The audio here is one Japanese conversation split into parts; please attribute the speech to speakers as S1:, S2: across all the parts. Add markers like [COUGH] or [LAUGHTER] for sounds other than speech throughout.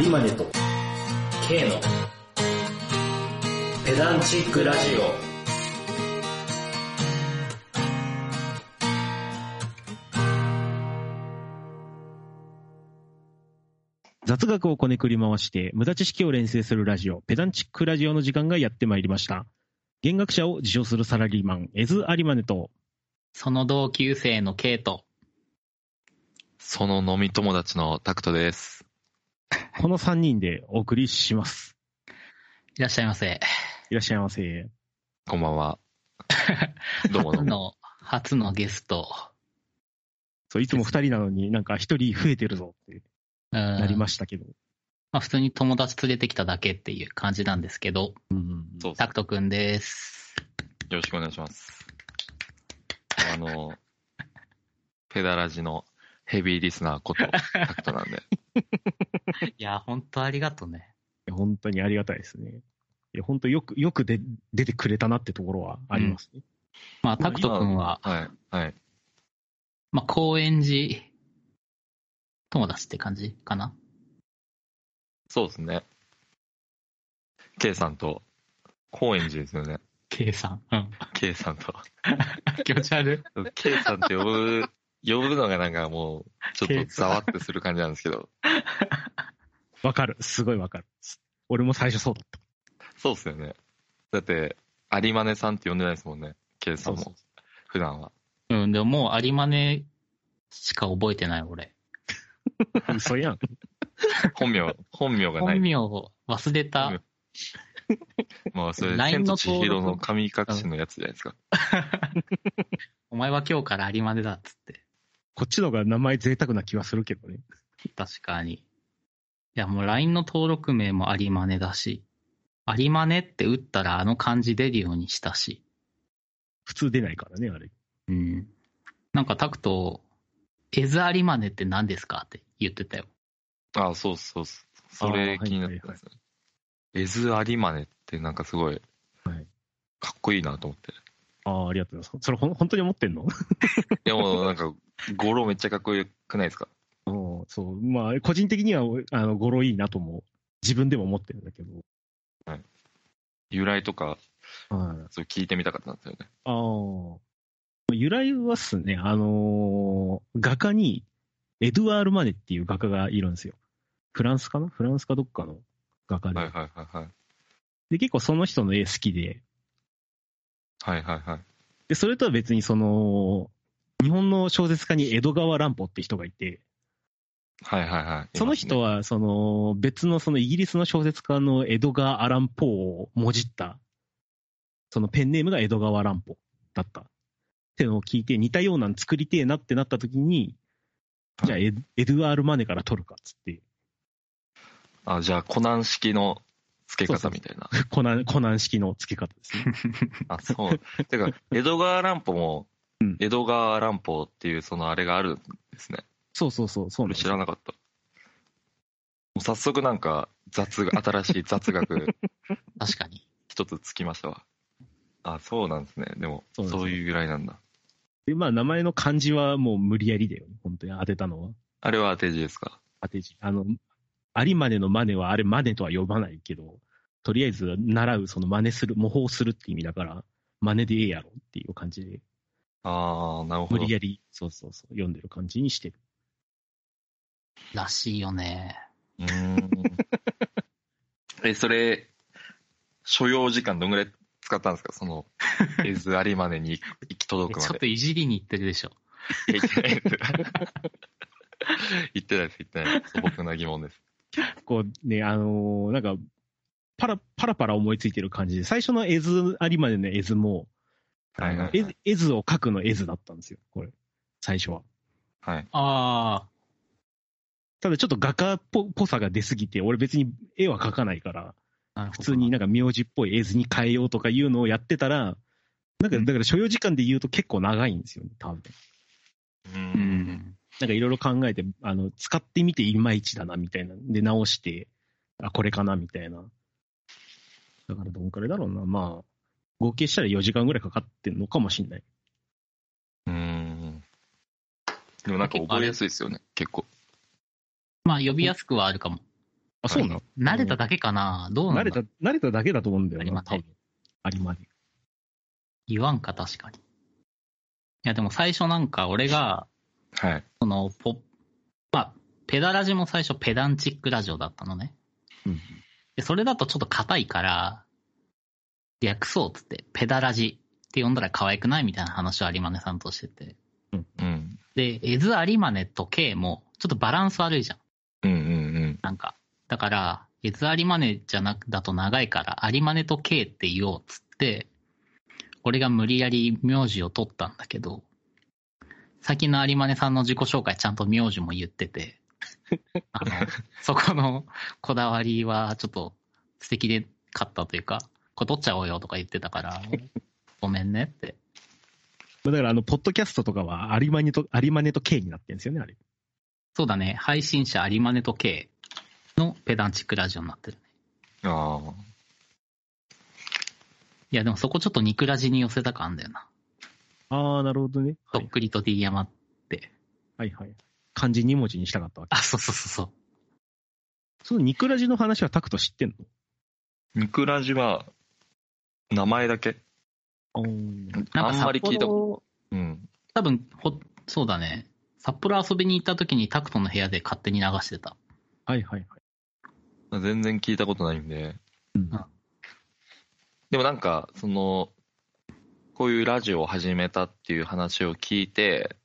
S1: 有馬ネと K のペダンチックラジオ
S2: 雑学をこねくり回して、無駄知識を連成するラジオ、ペダンチックラジオの時間がやってまいりました。弦楽者を自称するサラリーマン、エズ・アリマネと、
S3: その同級生のケイト。
S4: その飲み友達のタクトです。
S2: この3人でお送りします。
S3: いらっしゃいませ。
S2: いらっしゃいませ。
S4: こんばんは。どうもど
S3: 初
S4: うも。
S3: の、初のゲスト。
S2: そう、いつも2人なのになんか1人増えてるぞって
S3: な
S2: なりま
S3: し
S2: したけど。
S3: まあ、普通に友達連れてきただけっていう感じなんですけど、
S2: うん。
S4: そうそ
S3: タクトくんです。
S4: う。よろしくお願いします。あの、ペダラジのヘビーリスナーことタクトなんで。
S3: いや、本当ありがとうね。
S2: 本当にありがたいですね。いや、本当よく、よくで出てくれたなってところはありますね。
S3: まあ、タクトくんは、
S4: はい、はい。
S3: まあ、高円寺友達って感じかな。
S4: そうですね。K さんと、高円寺ですよね。
S3: ケイさん。 [LAUGHS] うん。
S4: K さんと。
S3: 気持ち悪い。
S4: K さんって呼ぶ、呼ぶのがなんかもう、ちょっとざわってする感じなんですけど。
S2: わ、かる。すごいわかる。俺も最初そうだった。
S4: そうっすよね。だって、有馬根さんって呼んでないですもんね。K さん
S2: そう
S4: も。普段は。
S3: うん、でももう、有馬根しか覚えてない、俺。
S2: 嘘やん。
S4: 本名、 [LAUGHS] 本名がな
S3: 本
S4: い。
S3: 名を忘れた。
S4: まあ、それ、
S3: LINE
S4: 千
S3: の
S4: と
S3: 登
S4: 千
S3: 録
S4: 尋の神隠しのやつじゃないですか。
S3: お前は今日から有馬根だっつって。
S2: こっちの方が名前贅沢な気はするけどね。
S3: 確かに。いや、もう LINE の登録名もありまねだし、ありまねって打ったらあの漢字出るようにしたし、
S2: 普通出ないからね、あれ。
S3: うん。なんかタクト、エズありまねって何ですかって言ってたよ。
S4: ああ、そうそうそう。そ
S2: あ
S4: れ
S2: ー
S4: 気になったんですね。エズ・アリマネってなんかすごい
S2: はい、
S4: かっこいいなと思って。
S2: ああ、ありがとうございます。それほん本当に持ってんの
S4: でも、なんか、語呂めっちゃかっこよくないですか
S2: うん、そう。まあ、個人的には、あの、語呂いいなとも、自分でも思ってるんだけど。
S4: 由来とか、
S2: はい。
S4: そう聞いてみたかったんですよね。
S2: ああ。由来はっすね、あのー画家に、エドゥアール・マネっていう画家がいるんですよ。フランスかなフランスかどっかの画家で。
S4: はいはいはいはい。
S2: で、結構その人の絵好きで、
S4: はいはいはい。
S2: で、それとは別にその、日本の小説家に江戸川乱歩って人がいて、
S4: はいはいはい。
S2: その人は、その、別のそのイギリスの小説家のエドガー・アラン・ポーをもじった、そのペンネームがエドガー・アランポーだった。ってのを聞いて、似たようなの作りてえなってなった時に、じゃあエ、エドワール・マネから取るかっつって、
S4: あ、じゃあ、コナン式の付け方みたいな。
S2: コナン、コナン式の付け方ですね。
S4: あ、そう。てか、江戸川乱歩も、江戸川乱歩っていう、そのあれがあるんですね。
S2: そうそうそう、そうなん
S4: 俺
S2: です
S4: 知
S2: よ
S4: らなかった。もう早速なんか、雑学、新しい雑学
S3: 確かに。
S4: 一つつきましたわ。あ、そうなんですね。でも、
S2: そうなんですよ
S4: そういうぐらいなんだ。
S2: で、まあ、名前の漢字はもう無理やりだよね、本当に当てたのは。
S4: あれは当て字ですか
S2: 当て字。あの、有マネのマネはあれマネとは呼ばないけど、とりあえず習う、その真似する、模倣するって意味だから、真似でええやろっていう感じで、
S4: あー、なるほ
S2: 無
S4: ど
S2: 理。やり、そうそうそう、読んでる感じにしてる。
S3: らしいよね。
S4: うーん。 [LAUGHS] え、それ、所要時間どんぐらい使ったんですかその、エズアリマネに行き届くま
S3: ちょっ
S4: で。
S3: といじりに行ってるでしょ。
S4: いや行ってないです。行ってないです、行ってないです。素朴な疑問です。
S2: こうね、あのーなんか、パラ、パラパラ思いついてる感じで、最初の絵図、有マネの絵図も、
S4: はいはいはい
S2: 絵図絵図を描くの絵図だったんですよ、これ。最初は。
S4: はい。
S3: あ
S2: ただちょっと画家っぽぽさが出すぎて、俺別に絵は描かないから、
S3: あ、なるほど
S2: 普通に。なんか名字っぽい絵図に変えようとかいうのをやってたら、なんか、だから所要時間で言うと結構長いんですよね、多分。
S3: う
S4: う。
S3: んん。
S2: なんかいろいろ考えて、あの、使ってみていまいちだな、みたいな。で、直して、あ、これかな、みたいな。だからどんくらいだろうな。まあ、合計したら4時間ぐらいかかってんのかもしんない。
S4: うーん。でもなんか覚えやすいですよね、結構。
S3: まあ、呼びやすくはあるかも。
S2: あ、そうなの
S3: 慣れただけかなどうな
S2: 慣
S3: んだ
S2: れた、慣れただけだと思うんだよ
S3: 有馬
S2: な、
S3: ね
S2: 多分。有馬に。
S3: 言わんか、確かに。いや、でも最初なんか俺が、
S4: はい。
S3: その、ポまあ、ペダラジも最初ペダンチックラジオだったのね。
S4: うん
S3: で、それだとちょっと硬いから、略そうっつって、ペダラジって呼んだら可愛くないみたいな話を有馬根さんとしてて。
S4: うん。
S3: で、エズ有馬根と K も、ちょっとバランス悪いじゃん。
S4: うんうん
S3: なんか。だから、エズ有馬根じゃなく、だと長いから、有馬根と K って言おうっつって、俺が無理やり名字を取ったんだけど、先の有馬根さんの自己紹介ちゃんと名字も言ってて、あの、そこのこだわりはちょっと素敵でかったというか、これ取っちゃおうよとか言ってたから、ごめんねって。
S2: まあだから、あの、ポッドキャストとかは、有馬にと、有馬ネと K になってるんですよね、あれ。
S3: そうだね、配信者有馬根と K のペダンチックラジオになってる。
S4: うん。あ
S3: いや、でもそこちょっと肉ラジに寄せた感あんだよな。
S2: ああ、なるほどね。は
S3: と
S2: い、
S3: っくりと D 山って。
S2: はい、はい。漢字2文字にしたかったわけ。
S3: あ、そうそうそうそう。
S2: そのニクラジの話はタクト知ってんの
S4: あ。ミクラジは、名前だけ。
S3: な
S4: あ
S3: んか
S4: んまり
S3: 札
S4: 聞い
S3: 幌、
S4: たこと。うん。
S3: 多分ほ、そうだね。札幌遊びに行った時にタクトの部屋で勝手に流してた。
S2: はい、はい、はい。
S4: 全然聞いたことないんで。
S2: うん
S3: あ
S4: でもなんか、その、こういうラジオを始めたっていう話を聞いて、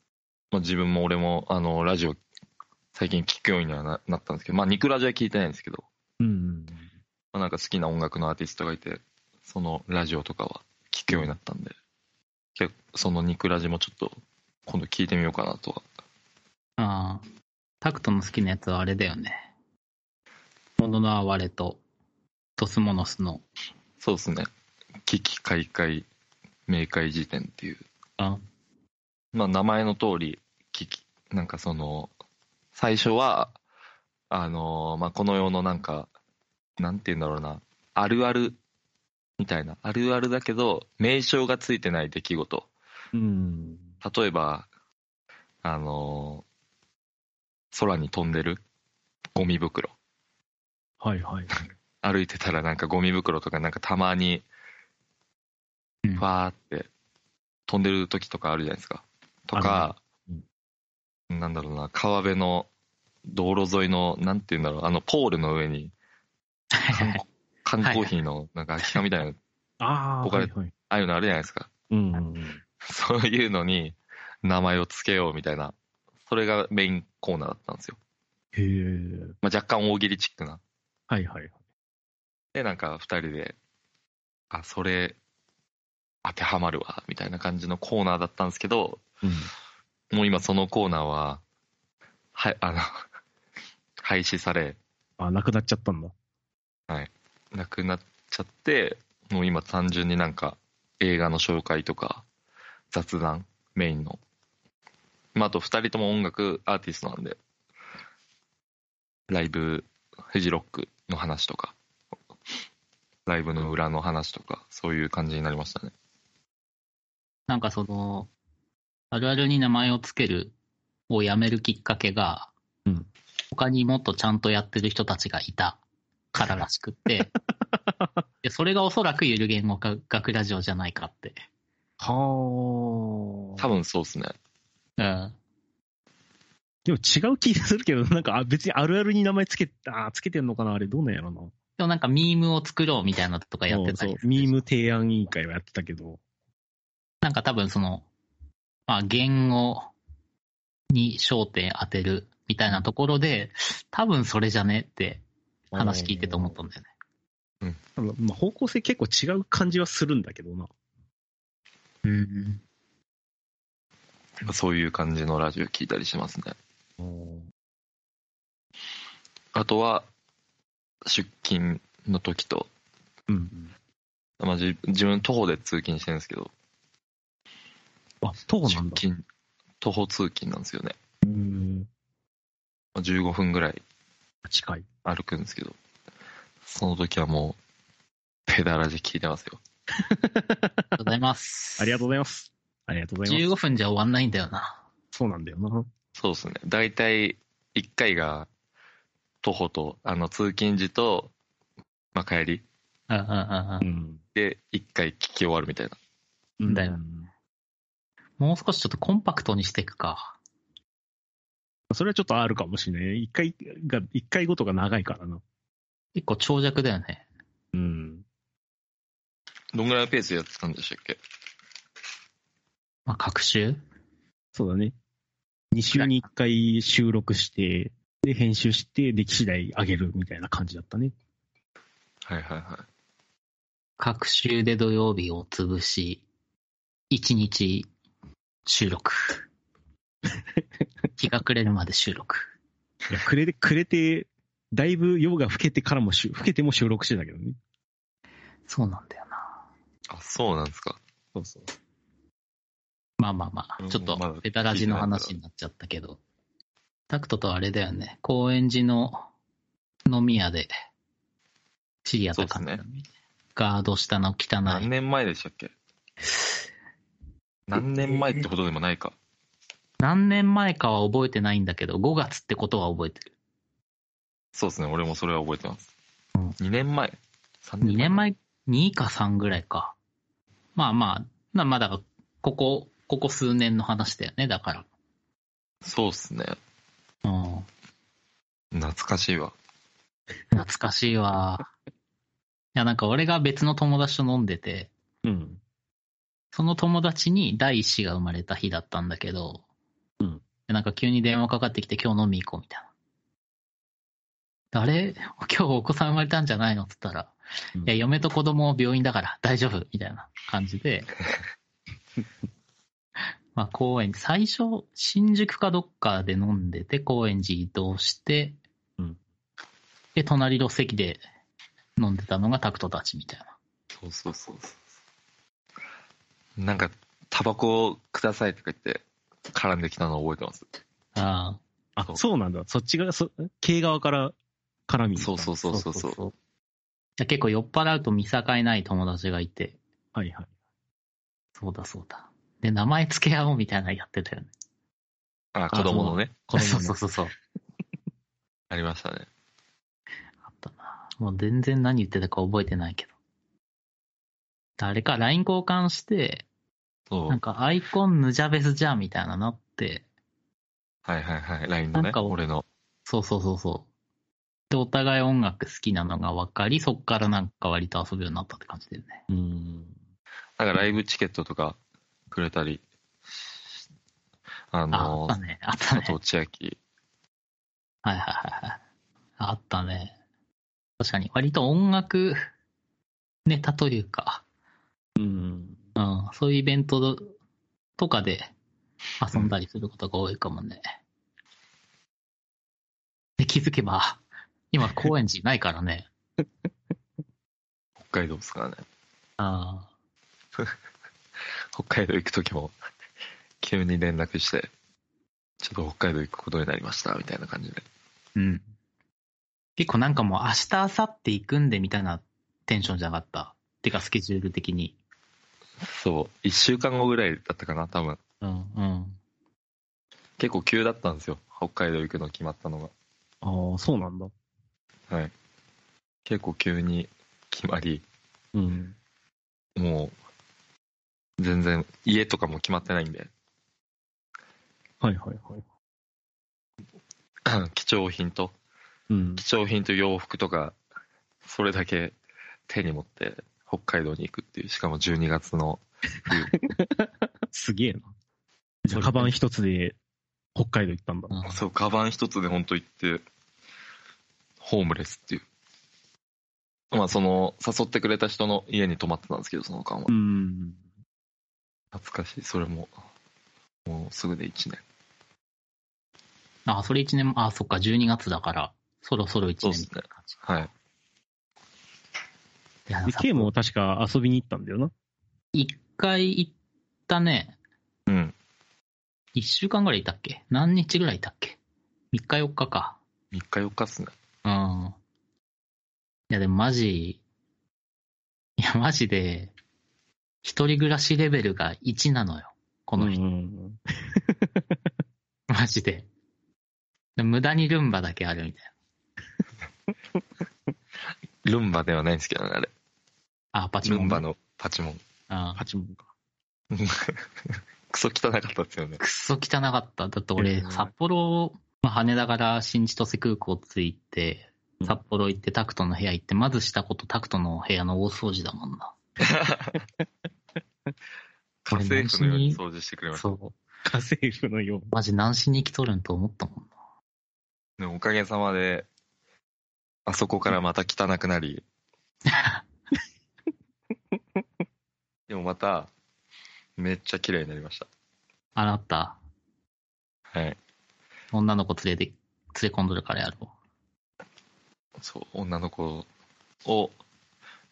S4: まあ、自分も俺も、あの、ラジオ、最近聞くようにはななったんですけど、まあ、ニクラジは聞いてないんですけど、
S2: うんうん。
S4: まあ、なんか好きな音楽のアーティストがいて、そのラジオとかは聞くようになったんで、結構そのニクラジもちょっと、今度聞いてみようかなとは。
S3: あータクトの好きなやつはあれだよね。もののあわれと、トスモノス
S4: [LAUGHS]
S3: の。
S4: そうですね。危機開会、明快辞典っていう。
S3: あ
S4: まあ、名前の通り、危機、なんかその、最初は、あのーまあ、この世のなんか、なんて言うんだろうな、あるある、みたいな、あるあるだけど、名称がついてない出来事。
S2: うん。
S4: 例えば、あのー空に飛んでるゴミ袋。
S2: はい、はい。
S4: 歩いてたらなんかゴミ袋とかなんかたまに
S3: うん
S4: ファーって飛んでる時とかあるじゃないですかとか、
S2: あるね
S4: なんだろうな川辺の道路沿いのなんて言うんだろうあのポールの上に缶缶コーヒーのなんか空き缶みたいな
S2: ああ、
S4: 僕は
S2: はい、はい。
S4: ああいうのあるじゃないですか [LAUGHS]
S2: うんうんうん。
S4: そういうのに名前をつけようみたいなそれがメインコーナーだったんですよ、
S2: へえ。
S4: まあ、若干大喜利チックな
S2: はい、はい。
S4: でなんか2人であそれ当てはまるわみたいな感じのコーナーだったんですけど
S2: うん。
S4: もう今そのコーナーは、はい、あの、 [LAUGHS] 廃止され、
S2: あ、なくなっちゃったんだ。
S4: なくなっちゃって、もう今単純になんか映画の紹介とか、雑談、メインの。まあ、あと二人とも音楽アーティストなんで、ライブ、フジロックの話とか、ライブの裏の話とか、そういう感じになりましたね。
S3: なんかその、あるあるに名前をつけるをやめるきっかけが、
S2: うん
S3: 他にもっとちゃんとやってる人たちがいたかららし
S2: [LAUGHS]
S3: くって、でそれがおそらくゆる言語学ラジオじゃないかって。
S2: はあ。多
S4: 多分そうですね。
S3: うん。
S2: でも違う気がするけど、なんかあ別にあるあるに名前つけ、あーつけてんのかなあれどうなんやろな。
S3: でもなんかミームを作ろうみたいなのとかやってた
S2: そ
S3: り
S2: うそ
S3: す
S2: う
S3: る
S2: ミーム提案委員会はやってたけど。
S3: なんか多分その、まあ言語に焦点当てるみたいなところで、多分それじゃねって話聞いてて思ったんだよね。
S2: あのまあ、方向性結構違う感じはするんだけどな。
S3: うん。
S4: そういう感じのラジオ聞いたりしますね。あとは、出勤の時と、
S2: うん。
S4: まあ、じ自分徒歩で通勤してるんですけど、
S2: あ、そう
S4: 出
S2: なんだ。
S4: 勤、徒歩通勤なんですよね。
S2: うん。
S4: まあ15分ぐらい
S2: 近い。
S4: 歩くんですけど、その時はもう、ペダラジ聞いてますよ。
S3: ありがとうございます。
S2: [LAUGHS] ありがとうございます。ありがとうございます。
S3: 15分じゃ終わんないんだよな。
S2: そうなんだよな。
S4: そうですね。大体、1回が徒歩と、あの、通勤時と、まあ、帰り
S3: うんうんうん
S2: う
S3: うん
S2: ん。
S4: で、一回聞き終わるみたいな。
S2: うん
S3: だよもう少しちょっとコンパクトにしていくか。
S2: それはちょっとあるかもしれない。一回が、一回ごとが長いからな。
S3: 結構長尺だよね。
S2: うん。
S4: どんぐらいのペースでやってたんでしたっけ
S3: まあ、各週
S2: そうだね。2週に1回収録して、で、編集して、出来次第上げるみたいな感じだったね。
S4: はいはいは
S3: 各週で土曜日を潰し、1日収
S4: [LAUGHS]
S3: 録。日が暮れるまで収録。
S2: いや、くれて、 [LAUGHS] くれて、だいぶ夜が更けてからもしゅ、更けても収録してたけどね。
S3: そうなんだよな。
S4: い。あ、そうなんですか。
S2: そうそう。
S3: まあまあまあ
S4: う、ん
S3: ちょっと
S4: まだ、
S3: ペタラジの話になっちゃったけど、タクトとあれだよね、高円寺の飲み屋で知り合ったから、
S4: そうです
S3: ガード下の汚
S4: 何
S3: い、
S4: 年前でしたっけ何年前ってことでもないか。
S3: 何年前かは覚えてないんだけど、5月ってことは覚えてる。
S4: そうですね、俺もそれは覚えてます。2年前
S3: 2
S4: ?3 年前
S3: 年前、2か3ぐらいか。まあまあ、なまあだから、ここ、ここ数年の話だよね、だか
S4: そうっすね。
S3: ら。うん。
S4: 懐かしいわ。
S3: 懐かしいわ。いや、なんか俺が別の友達と飲んでて、
S2: うん。
S3: その友達に第一子が生まれた日だったんだけど、
S2: うん
S3: でなんか急に電話かかってきて今日飲み行こうみたいな。誰 [LAUGHS] 今日お子さん生まれたんじゃないのって言ったら、
S2: うん
S3: いや、嫁と子供を病院だから大丈夫みたいな感じで、 [LAUGHS] まあ公園、最初、新宿かどっかで飲んでて、高円寺移動して、
S2: うん
S3: で、隣の席で飲んでたのがタクトたちみたいな。
S4: そうそうそうそう。なんか、タバコをくださいとか言って、絡んできたのを覚えてます。
S3: ああ
S2: あ
S4: そ、う
S2: そうなんだ。そっちが、そ、系側から絡みに行
S4: そう
S2: った
S4: そうそうそうそう。
S3: う。じゃ結構酔っ払うと見境ない友達がいて、
S2: はい
S4: [LAUGHS]
S2: はい。
S3: そうだそうだ。で、名前付け合おうみたいなのやって
S4: [LAUGHS]
S3: たよね。
S4: あ、子供のね、
S2: 子供の
S3: そうそうそうそう。
S4: ありましたね。
S3: あったな。もう全然何言ってたか覚えてないけど。あれか、LINE 交換して、
S4: そう。
S3: なんかアイコンヌジャベスじゃんみたいなのって、
S4: はいはいはい。LINE
S3: な
S4: のね
S3: ん、か
S4: 俺の。
S3: そうそうそうそう。で、お互い音楽好きなのが分かり、そっからなんか割と遊ぶようになったって感じだよね。
S2: うん。
S4: なんかライブチケットとかくれたり、あ
S3: あ、あ
S4: の
S3: っ、たね。あった
S4: 佐
S3: ね。
S4: 藤千秋。
S3: はいはいはいはい。あったね。確かに、割と音楽ネタというか、
S2: うん。
S3: うん、そういうイベントとかで遊んだりすることが多いかもね。で、気づけば、今、高円寺ないからね。
S4: 北海道ですからね。
S3: あ
S4: 北海道行く時も、急に連絡して、ちょっと北海道行くことになりました、みたいな感じで。
S3: ーうん。結構なんかもう明日、明後日行くんでみたいなテンションじゃなかった。てか、スケジュール的に。
S4: そう、1週間後ぐらいだったかな、多分。
S3: うん、うん。
S4: 結構急だったんですよ。北海道行くの決まったの
S2: ああ、そうなんだ。
S4: が。はい。結構急に決まり、
S2: うん。
S4: もう、全然、家とかも決まってないんで、 [COUGHS]
S2: はいはいはい。
S4: 貴重品と、
S2: うん。
S4: 貴重品と洋服とか、それだけ手に持って、北海道に行くっていう、しかも12月の [LAUGHS] 冬。
S2: すげえな。じゃあ、カバン一つで北海道行ったんだ。
S3: うん
S4: そう、カバン一つで本当行って、ホームレスっていう。まあ、その、誘ってくれた人の家に泊まってたんですけど、その間は
S2: う。ん。
S4: 懐かしい、それも。もうすぐで1年。
S3: あ、それ1年も、あ、そっか、12月だから、そろそろ1
S4: そうっ
S3: 年
S4: す
S3: み
S4: ね
S3: たいな感じ。
S4: はい。
S3: いや
S2: で、K も確か遊びに行ったんだよな。
S3: 一回行ったね。
S4: うん。
S3: 一週間ぐらいいたっけ何日ぐらいいたっけ三日四日か。
S4: 3日4日っすね。
S3: うん。いや、でもマジ、いや、マジで、一人暮らしレベルが1なのよ。この人、
S2: ん。
S3: マジで。無駄にルンバだけあるみたい
S4: ルンバではないんですけどね、あれ。
S3: あ、パチ
S4: ル
S3: モン。
S4: ンバのパチモン。
S3: あ
S2: パチモンか。
S4: クソ汚かったですよね。
S3: くっそ汚かった。だって俺、
S2: うん
S3: 札幌、まあ、羽田から新千歳空港着いて、札幌行ってタクトの部屋行って、まずしたことタクトの部屋の大掃除だもんな。
S4: 家政婦のように掃除してくれまし
S3: そう。
S2: 家政婦のように。
S3: マジ何しに来とるんと思ったもんな。 [LAUGHS]
S4: た。でもおかげさまで、あそこからまた汚くなり、でもまた、めっちゃ綺麗になりました。
S3: あなた、
S4: はい。
S3: 女の子連れて、連れ込んどるからやろう。
S4: そう、女の子を、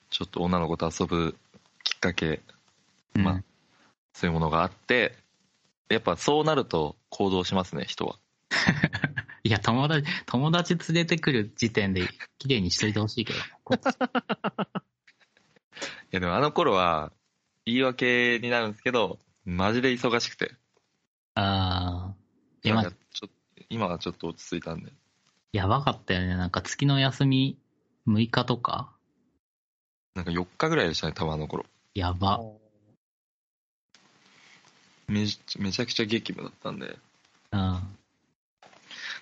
S4: ちょっと女の子と遊ぶきっかけ、
S3: うん
S4: まあそういうものがあって、やっぱそうなると行動しますね、人は。
S3: いや、友達、友達連れてくる時点で綺麗にしといてほしいけど。
S4: いやでもあの頃は、言い訳になるんですけど、マジで忙しくて。
S3: ああ、や
S4: 今
S3: ば
S4: がちょ今がちょっと落ち着いたんで。
S3: やばかったよね。なんか月の休み6日とか
S4: なんか4日ぐらいでしたね、多分あの頃。
S3: やば。
S4: めちめちゃくちゃ激務だったんで。
S3: うん。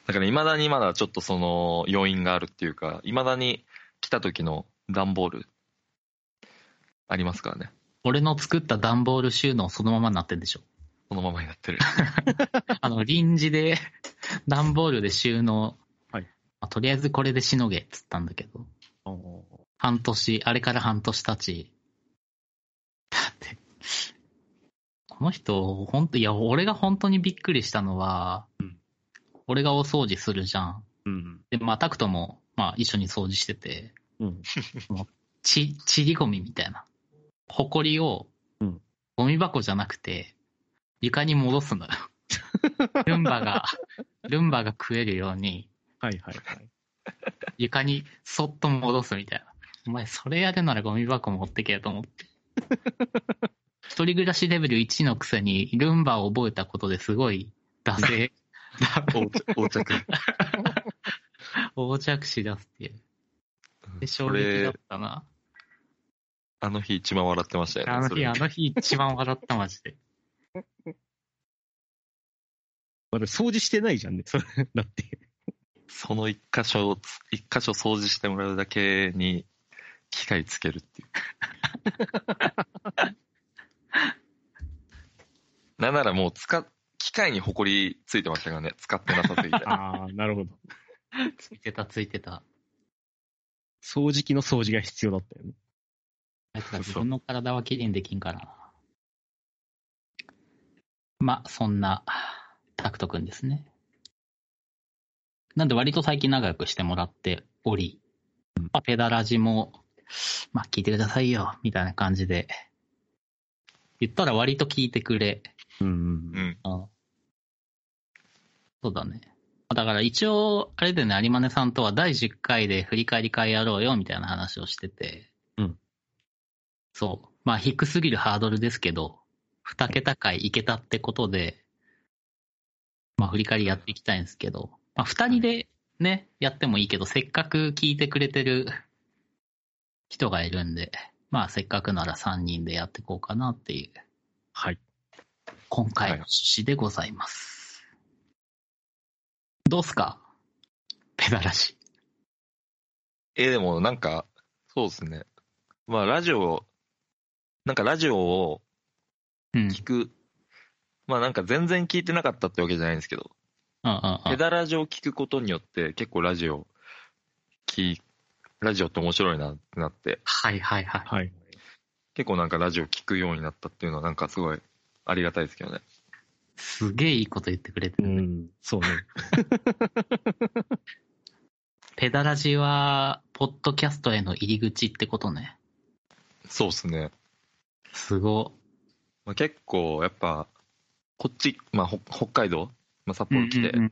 S4: だから未だにまだちょっとその要因があるっていうか、未だに来た時の段ボール、ありますからね。
S3: 俺の作った段ボール収納そのままになってん
S2: [LAUGHS]
S3: でしょ。
S4: そのままになってる。
S3: あの、臨時で [LAUGHS] 段ボールで収納。
S2: はい
S3: まあとりあえずこれでしのげっつったんだけど。
S2: あー
S3: 半年、あれから半年経ち。だって、この人、本当いや、俺が本当にびっくりしたのは、
S2: うん
S3: 俺がお掃除するじゃん。
S2: うん。
S3: で、まあ、タクトも、まあ、一緒に掃除してて、
S2: うん。
S3: ち、ちりゴミみたいな。ほこりを
S2: うん、
S3: ゴミ箱じゃなくて、床に戻すのよ。ルンバが、ルンバが食えるように、
S2: はいはいはい。
S3: 床にそっと戻すみたいな。お前、それやるならゴミ箱持ってけよと思って。一人暮らしレベル1のくせに、ルンバを覚えたことですごい、惰性、
S4: 横着。
S3: 横着しだすっていう。で衝
S4: こ
S3: 撃だっ
S4: れ、
S3: たな。
S4: あの日一番笑ってましたよね。
S3: あの
S4: そ
S3: 日、
S4: れ
S3: あの日一番笑った、マジで。
S2: 私掃除してないじゃんね。それ [LAUGHS] だって。
S4: その一箇所を、一箇所掃除してもらうだけに、機械つけ
S3: [LAUGHS]
S4: るっていう。なんならもう使っ、機械に埃ついてましたからね、使ってな
S3: [LAUGHS]
S4: さすぎて。
S2: ああ、なるほど。
S3: ついてた、ついてた。
S2: 掃除機の掃除が必要だったよね。
S3: あいつら自分の体はきれいにできんからな。まあ、そんな、タクト君ですね。なんで割と最近仲良くしてもらっており、まあ、ペダラジも、まあ、聞いてくださいよ、みたいな感じで、言ったら割と聞いてくれ、
S2: うん
S4: う。ん。
S3: うんそうだね。だから一応、あれでね、有馬根さんとは第10回で振り返り会やろうよみたいな話をしてて。
S2: うん
S3: そう。まあ、低すぎるハードルですけど、2桁回いけたってことで、まあ、振り返りやっていきたいんですけど、まあ、2人でね、やってもいいけど、せっかく聞いてくれてる人がいるんで、まあ、せっかくなら3人でやっていこうかなっていう。
S2: はい。
S3: 今回の趣旨でございます。どうすかペダラシ。
S4: えーでもなんか、そうですね。まあ、ラジオを、なんかラジオを
S3: うん。うん
S4: 聞く、まあなんか全然聞いてなかったってわけじゃないんですけど、
S3: うんう
S4: ペ
S3: ん。
S4: ダラジオを聞くことによって結構ラジオ、聞い、ラジオって面白いなってなって、
S3: はいはいはい。
S2: はい。
S4: 結構なんかラジオ聞くようになったっていうのはなんかすごいありがたいですけどね。
S3: すげえいいこと言ってくれて
S2: う
S3: る。
S2: ん。そうね。
S3: ペダラジは、ポッドキャストへの入り口ってことね。
S4: そうですね。
S3: すご。
S4: まあ、結構やっぱ、こっち、まあほ北海道、まあ、札幌来て、
S3: うん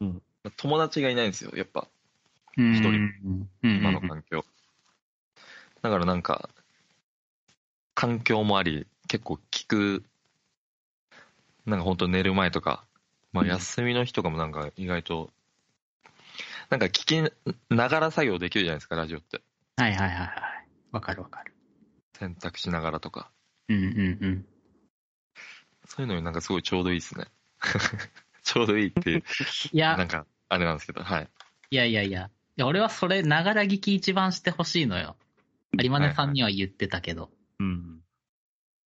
S3: うん
S4: まあ友達がいないんですよ、やっぱ。
S3: うん。
S4: 一人
S3: うんうんうん。
S4: 今の環境。だからなんか、環境もあり、結構聞く、なんか本当寝る前とか、まあ
S3: うん
S4: 休みの日とかもなんか意外と、なんか聞きながら作業できるじゃないですか、ラジオって。
S3: はいはいはいはい。わかるわかる。
S4: 選択しながらとか。
S3: うんうんうん。
S4: そういうのになんかすごいちょうどいいですね。 [LAUGHS] ちょうどいいっ
S3: [LAUGHS]
S4: ていう、
S3: いや
S4: な、んか、あれなんですけど、はい。
S3: いやいやいや。いや、俺はそれ、ながら聞き一番してほしいのよ。有馬根さんには言ってたけど、
S2: うん。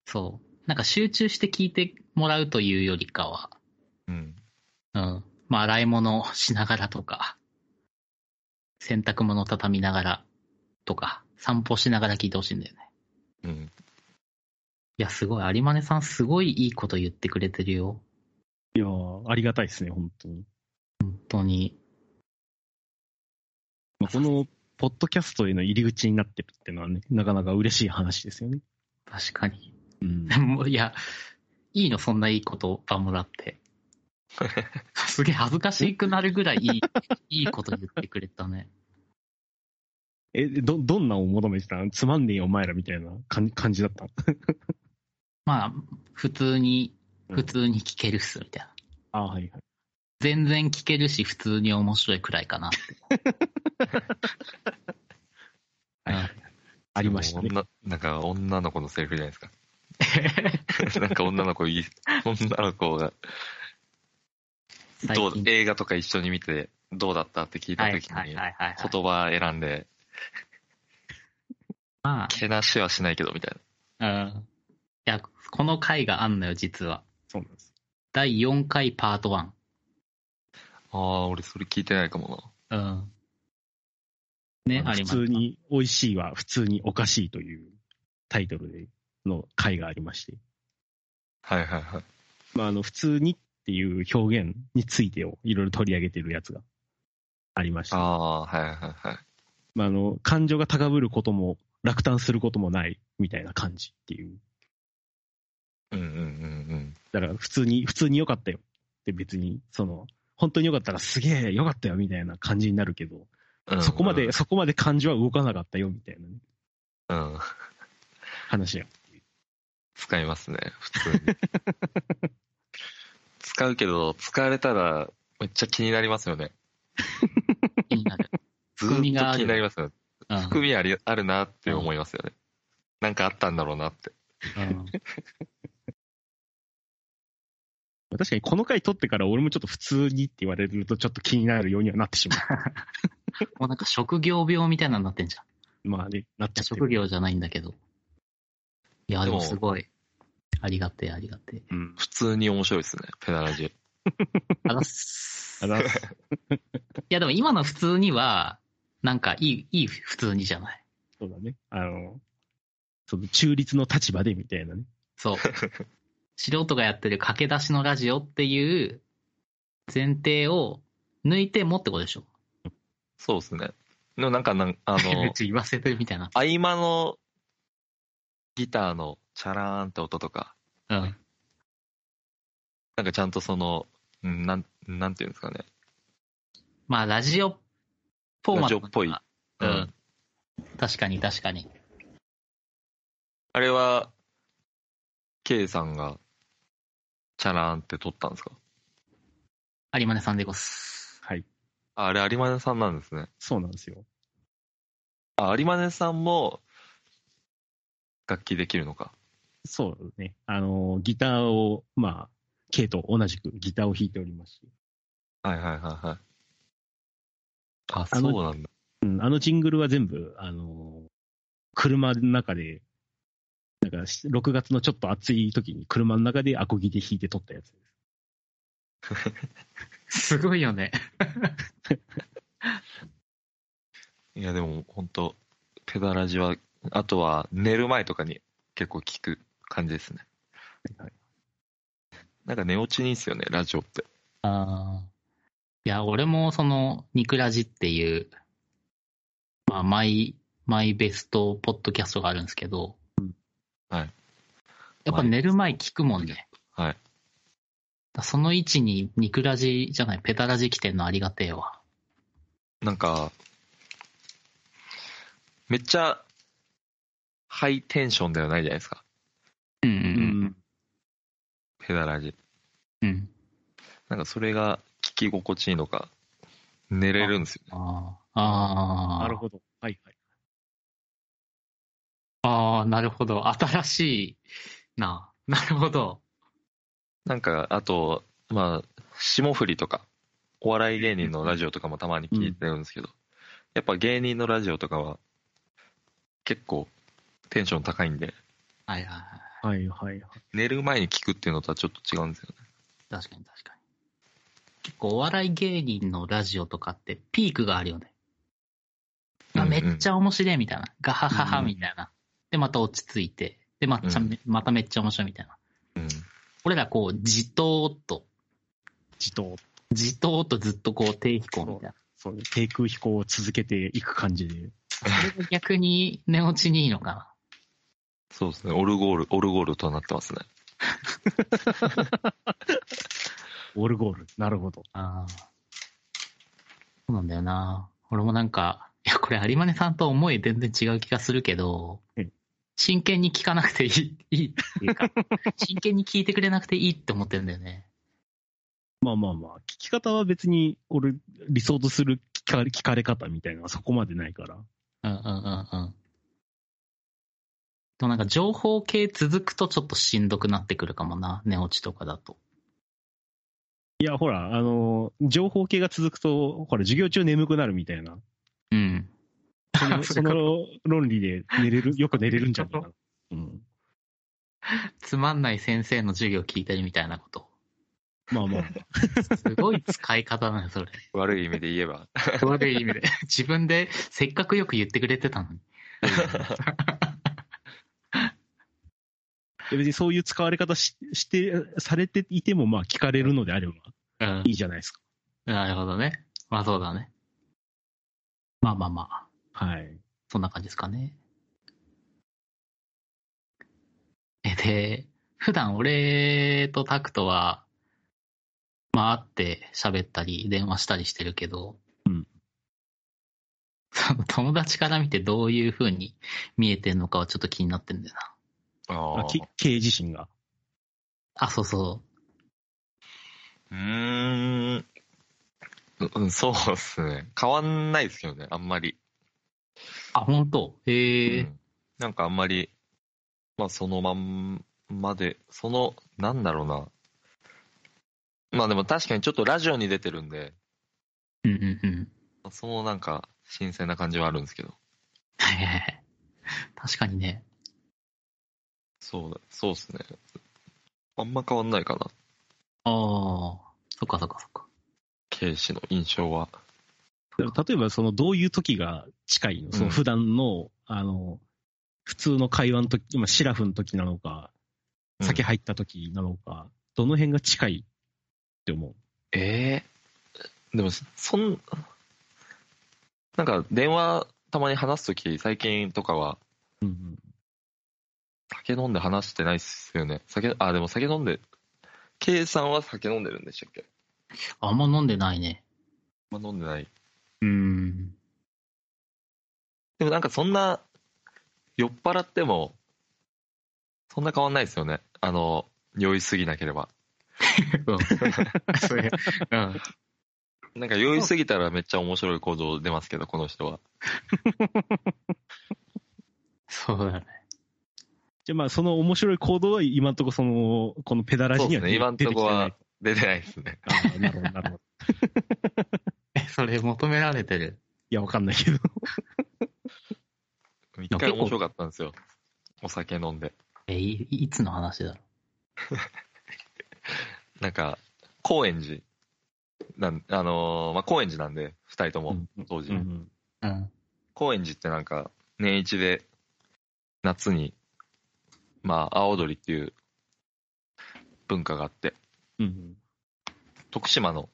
S3: そう。なんか集中して聞いてもらうというよりかは、
S4: うん。
S3: うん。まあ、洗い物しながらとか、洗濯物畳みながらとか、散歩しながら聞いてほしいんだよね。
S4: うん。
S3: いや、すごい。有馬根さん、すごいいいこと言ってくれてるよ。
S2: いやーありがたいですね、本当に。
S3: 本当に。
S2: まあこの、ポッドキャストへの入り口になってるっていうのはね、なかなか嬉しい話ですよね。
S3: 確かに。
S2: うん。
S3: もういや、いいの、そんないいことばもらって。すげえ恥ずかしくなるぐらいいい、いいこと言ってくれたね。
S2: [LAUGHS] え、ど、どんなを求めてたのつまんねえよ、お前らみたいな感じ感じだったの
S3: まあ、普通に、
S2: うん
S3: 普通に聞けるっす、みたいな。
S2: あーはいはい。
S3: 全然聞けるし、普通に面白いくらいかな
S4: [LAUGHS]
S3: って。
S2: はいはいありましたね。
S4: 女なんか女の子のセリフじゃないですか。 [LAUGHS] なんか女の子いい、女の子が、
S3: 最
S4: どう
S3: 近
S4: 映画とか一緒に見て、どうだったって聞いた
S3: はいは
S4: と
S3: い
S4: きに、
S3: はいはい。
S4: 言葉選んで、
S3: ま
S4: けなしはしないけどみたい
S3: あ、うん。いや、この回があんのよ、実は。
S2: そうなんです。
S3: 第4回パート1。
S4: な。ああ、俺それ聞いてないかも
S3: うん。ね、あり
S2: 普
S3: ます
S2: 通。に、美味しいは普通におかしいというタイトルでの回がありまして。
S4: な。はいはいはい。
S2: まあ、あの、普通にっていう表現についてをいろいろ取り上げてるやつがありました。
S4: ああ、はいはいはい。
S2: まあ、あの、感情が高ぶることも、落胆することもないみたいな感じっていう。
S4: うんうんうん
S2: だから、普通に、普通に良かったよって別に、その、本当に良かったらすげえ良かったよみたいな感じになるけど、
S4: うんうん。
S2: そこま
S4: うん
S2: で、そこまで感情は動かなかったよみたいなね、
S4: うん。
S2: 話や。
S4: 使いますね、普通に。 [LAUGHS] 使うけど、使われたら、めっちゃ気になりますよね。
S3: 気になる。
S4: [LAUGHS] ずーっと
S3: 含
S4: 気
S3: み
S4: に
S3: があ
S4: な
S3: る
S4: りますよね。
S3: うん
S4: 含みありあるなって思いますよね。なんかあったんだろうなって。
S3: うん
S2: 確かにこの回撮ってから俺もちょっと普通にって言われるとちょっと気になるように [LAUGHS] はなってしま。
S3: もうなんか職業病みたいなのになってんじゃん。いう
S2: まあね、なっちゃって
S3: や、職
S2: る。
S3: 業じゃないんだけど。いや、で
S4: でも
S3: もすごい。ありがてえ、ありがてえ。
S2: うん。
S4: 普通に面白いですね、ペダラジ。
S3: あざっす
S4: [LAUGHS]
S2: あ
S3: い
S2: ら、
S3: や、でも今の普通には、なんかいい、いい普通にじゃない。
S2: そうだね。あの、その中立の立場でみたいなね。
S4: [LAUGHS]
S3: そう。素人がやってる駆け出しのラジオっていう前提を抜いてもってことでしょ。
S4: そうですね。でもなんかなん、あ
S3: [LAUGHS] め
S4: の
S3: っ、ちゃ言わせてるみたいな。
S4: 合間のギターのチャラーンって音とか、
S3: うん。
S4: なんかちゃんとその、うんなん、なんていうんですかね。
S3: まあ、ラジオフォーマット。
S4: ラジオっぽい
S3: うん。確かに、確かに。
S4: あれは、K さんが、チャラーンって撮ったんですか
S3: 有馬根さんでごっす。
S2: はい。
S4: ああれ、有馬根さんなんですね。
S2: そうなんですよ。
S4: あ、有馬根さんも、楽器できるのか。
S2: そうね。あの、ギターを、まあ、K と同じくギターを弾いておりますし、
S4: はいはいはいはい。あ、
S2: あ
S4: そ
S2: の
S4: うなんだ。
S2: うん、あのジングルは全部、あの、車の中で、なんか、し6月のちょっと暑い時に車の中でアコギで弾いて撮ったやつです。
S3: すごいよね。
S4: いや、でも、本当ペダラジは、あとは、寝る前とかに結構聞く感じですね。
S2: はいはい
S4: なんか寝落ちにいいっすよね、ラジオって。
S3: ああ。いや、俺もその、ニクラジっていう、まあ、マイ、マイベストポッドキャストがあるんですけど、
S4: はい。
S3: やっぱ寝る前聞くもんね。
S4: はい。
S3: だその位置にニクラジじゃない、ペタラジ来てんのありがてえわ。
S4: なんか、めっちゃ、ハイテンションではないじゃないですか、
S3: うん
S4: ペダラジ。
S3: うんうん。うん。
S4: なんかそれが聞き心地いいのか、寝れるんですよね。
S3: ああ。ああ。
S2: なるほど。はいはい。
S3: ああ、なるほど。新しいな。なるほど。
S4: なんか、あと、まあ、霜降りとか、お笑い芸人のラジオとかもたまに聞いてるんですけど、やっぱ芸人のラジオとかは、結構テンション高いんで、
S3: はいはいはい。
S2: はいはいはい。
S4: 寝る前に聞くっていうのとはちょっと違うんですよね。
S3: 確かに確かに。結構お笑い芸人のラジオとかってピークがあるよね。あめっち
S4: ゃ。
S3: ゃ面白いみたいな。ガハハハみたいな。で、また落ち着いて。で、またちゃ、
S4: うん
S3: まためっちゃ面白いみたいな。
S4: うん。
S3: 俺らこう、じとーっと、
S2: 自動、
S3: じとーっとずっとこう、低飛行みたいな。
S2: そういう低空飛行を続けていく感じで。
S3: それが逆に寝落ちにいいのかな。
S4: そうですね。オルゴール、オルゴールとなってますね。
S2: オルゴール。なるほど。
S3: あーそうなんだよな。俺もなんか、いや、これ有馬根さんと思い全然違う気がするけど
S2: うん、
S3: 真剣に聞かなくていい、 [LAUGHS] いいっていうか、真剣に聞いてくれなくていいって思ってるんだよね。
S2: まあまあまあ、聞き方は別に、俺、理想とする聞か聞かれ方みたいなのはそこまでないから。
S3: うんうんうんうん。でもなんか情報系続くとちょっとしんどくなってくるかもな、寝落ちとかだと。
S2: いや、ほら、あの、情報系が続くと、ほら、授業中眠くなるみたいな。
S3: うん。
S2: そ
S4: [LAUGHS]
S2: の
S3: そ
S2: そう
S3: いう
S2: の論理で寝れる、よく寝れるんじゃないかな。うん。
S3: つまんない先生の授業聞いたりみたいなこと。
S2: ま
S4: [LAUGHS]
S2: あまあ、
S3: すごい使い方だね、
S2: [LAUGHS]
S3: それ。
S4: 悪い意味で言えば。
S3: 悪い意味で。自分でせっかくよく言ってくれてたのに。
S2: 別にそういう使われ方しして、されていても、まあ、聞かれるのであれば、
S3: うん
S2: い。いじゃないですか。
S3: なるほどね。まあそうだね。まあまあまあ。
S2: はい。
S3: そんな感じですかね。え、で、普段俺とタクトは、まあ会って喋ったり、電話したりしてるけど、
S2: うん
S3: その [LAUGHS] 友達から見てどういう風に見えてんのかはちょっと気になってんだよな。
S4: [LAUGHS] あ
S2: あ
S4: あ。
S2: き経営自身が。
S3: あ、そうそう
S4: ーん。うんそうですね。変わんないですけどね、あんまり。
S3: う。あ、本当へえ、
S4: うんなんかあんまり、まあそのまんまで、その、なんだろうな。まあでも確かにちょっとラジオに出てるんで、
S3: うんうんうん。
S4: そのなんか新鮮な感じはあるんですけど。
S3: はいはいはい確かにね。
S4: そうだ、そうですね。あんま変わんないかな、
S3: ああ、そっかそっかそっか。
S4: 警視の印象は。
S2: だから例えば、その、どういう時が近いのその、普段の、あの、普通の会話の時、今、シラフの時なのか、
S4: うん
S2: 酒入った時なのか、どの辺が近いって思う
S4: ええでも、そん、なんか電話たまに話すとき、最近とかは、
S2: うんうん。
S4: 酒飲んで話してないっすよね。酒、あ、でも酒飲んで、K さんは酒飲んでるんでしたっけ
S3: あんま飲んでないね。
S4: あんま飲んでない。
S3: うん。 [LAUGHS]
S4: でもなんかそんな、酔っ払っても、そんな変わんないですよね。あの、酔いすぎなければ。
S3: うん。それ、うん。
S4: なんか酔いすぎたらめっちゃ面白い行動出ますけど、この人は。
S3: そうだね。
S2: じゃあまあ、その面白い行動は今んとこその、このペダラジには
S4: そうですね今んと
S2: 出てき
S4: こ
S2: てない
S4: は。出てないですね。
S2: あーなるほど、なるほど。
S3: え、それ求められてる。
S2: いや、わかんないけど。
S4: 一回面白かったんですよ。お酒飲んで。
S3: え、いいつの話だろ
S4: なんか、高円寺。なん、あのーまあ、高円寺なんで、二人とも、当時。
S2: うん
S3: う。うん。
S4: 高円寺ってなんか、年一で、夏に、まあ、青鳥っていう文化があって、
S2: うんうん。
S4: 徳島の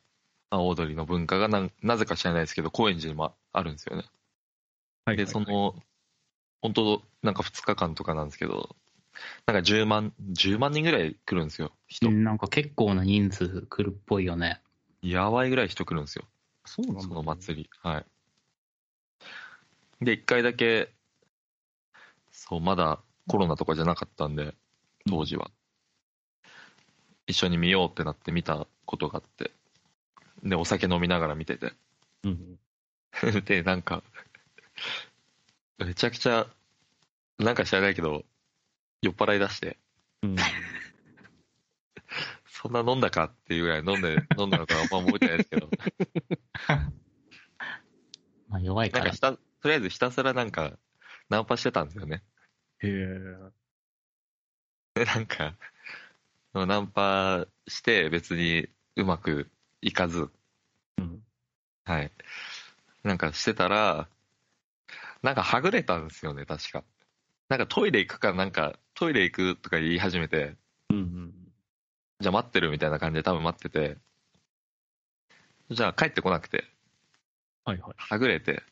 S4: 青鳥の文化がなんなぜか知らないですけど、高円寺にもあるんですよね。
S2: はい。
S4: で、そ、の、本当なんか2日間とかなんですけど、なんか10万、10万人ぐらい来るんですよ、人。
S3: なんか結構な人数来るっぽいよ [LAUGHS] ね。
S4: やばいぐらい人来るんですよ。
S2: そうなんだ。
S4: その祭り。はい。で、一回だけ、そう、まだコロナとかじゃなかったんで、当時は。一緒に見ようってなって見たことがあって。で、お酒飲みながら見てて。 [LAUGHS]
S2: うんうん。
S4: で、なんか、めちゃくちゃ、なんか知らないけど、酔っ払い出して、
S2: うん。
S4: そんな飲んだかっていうぐらい飲んで、飲んだのかあんま覚えてないですけ [LAUGHS] ど、
S3: まあ、弱いか
S4: なんからひ。た、とりあえずひたすらなんか、ナンパしてたんですよね。
S2: へえ。
S4: で、なんか、ナンパして別にうまくいかず、
S2: うん。
S4: はい。なんかしてたら、なんかはぐれたんですよね、確か。なんかトイレ行くかなんか、トイレ行くとか言い始めて、
S2: うんうん。
S4: じゃあ待ってるみたいな感じで多分待ってて、じゃあ帰ってこなくて、
S2: はいはい。
S4: はぐれて、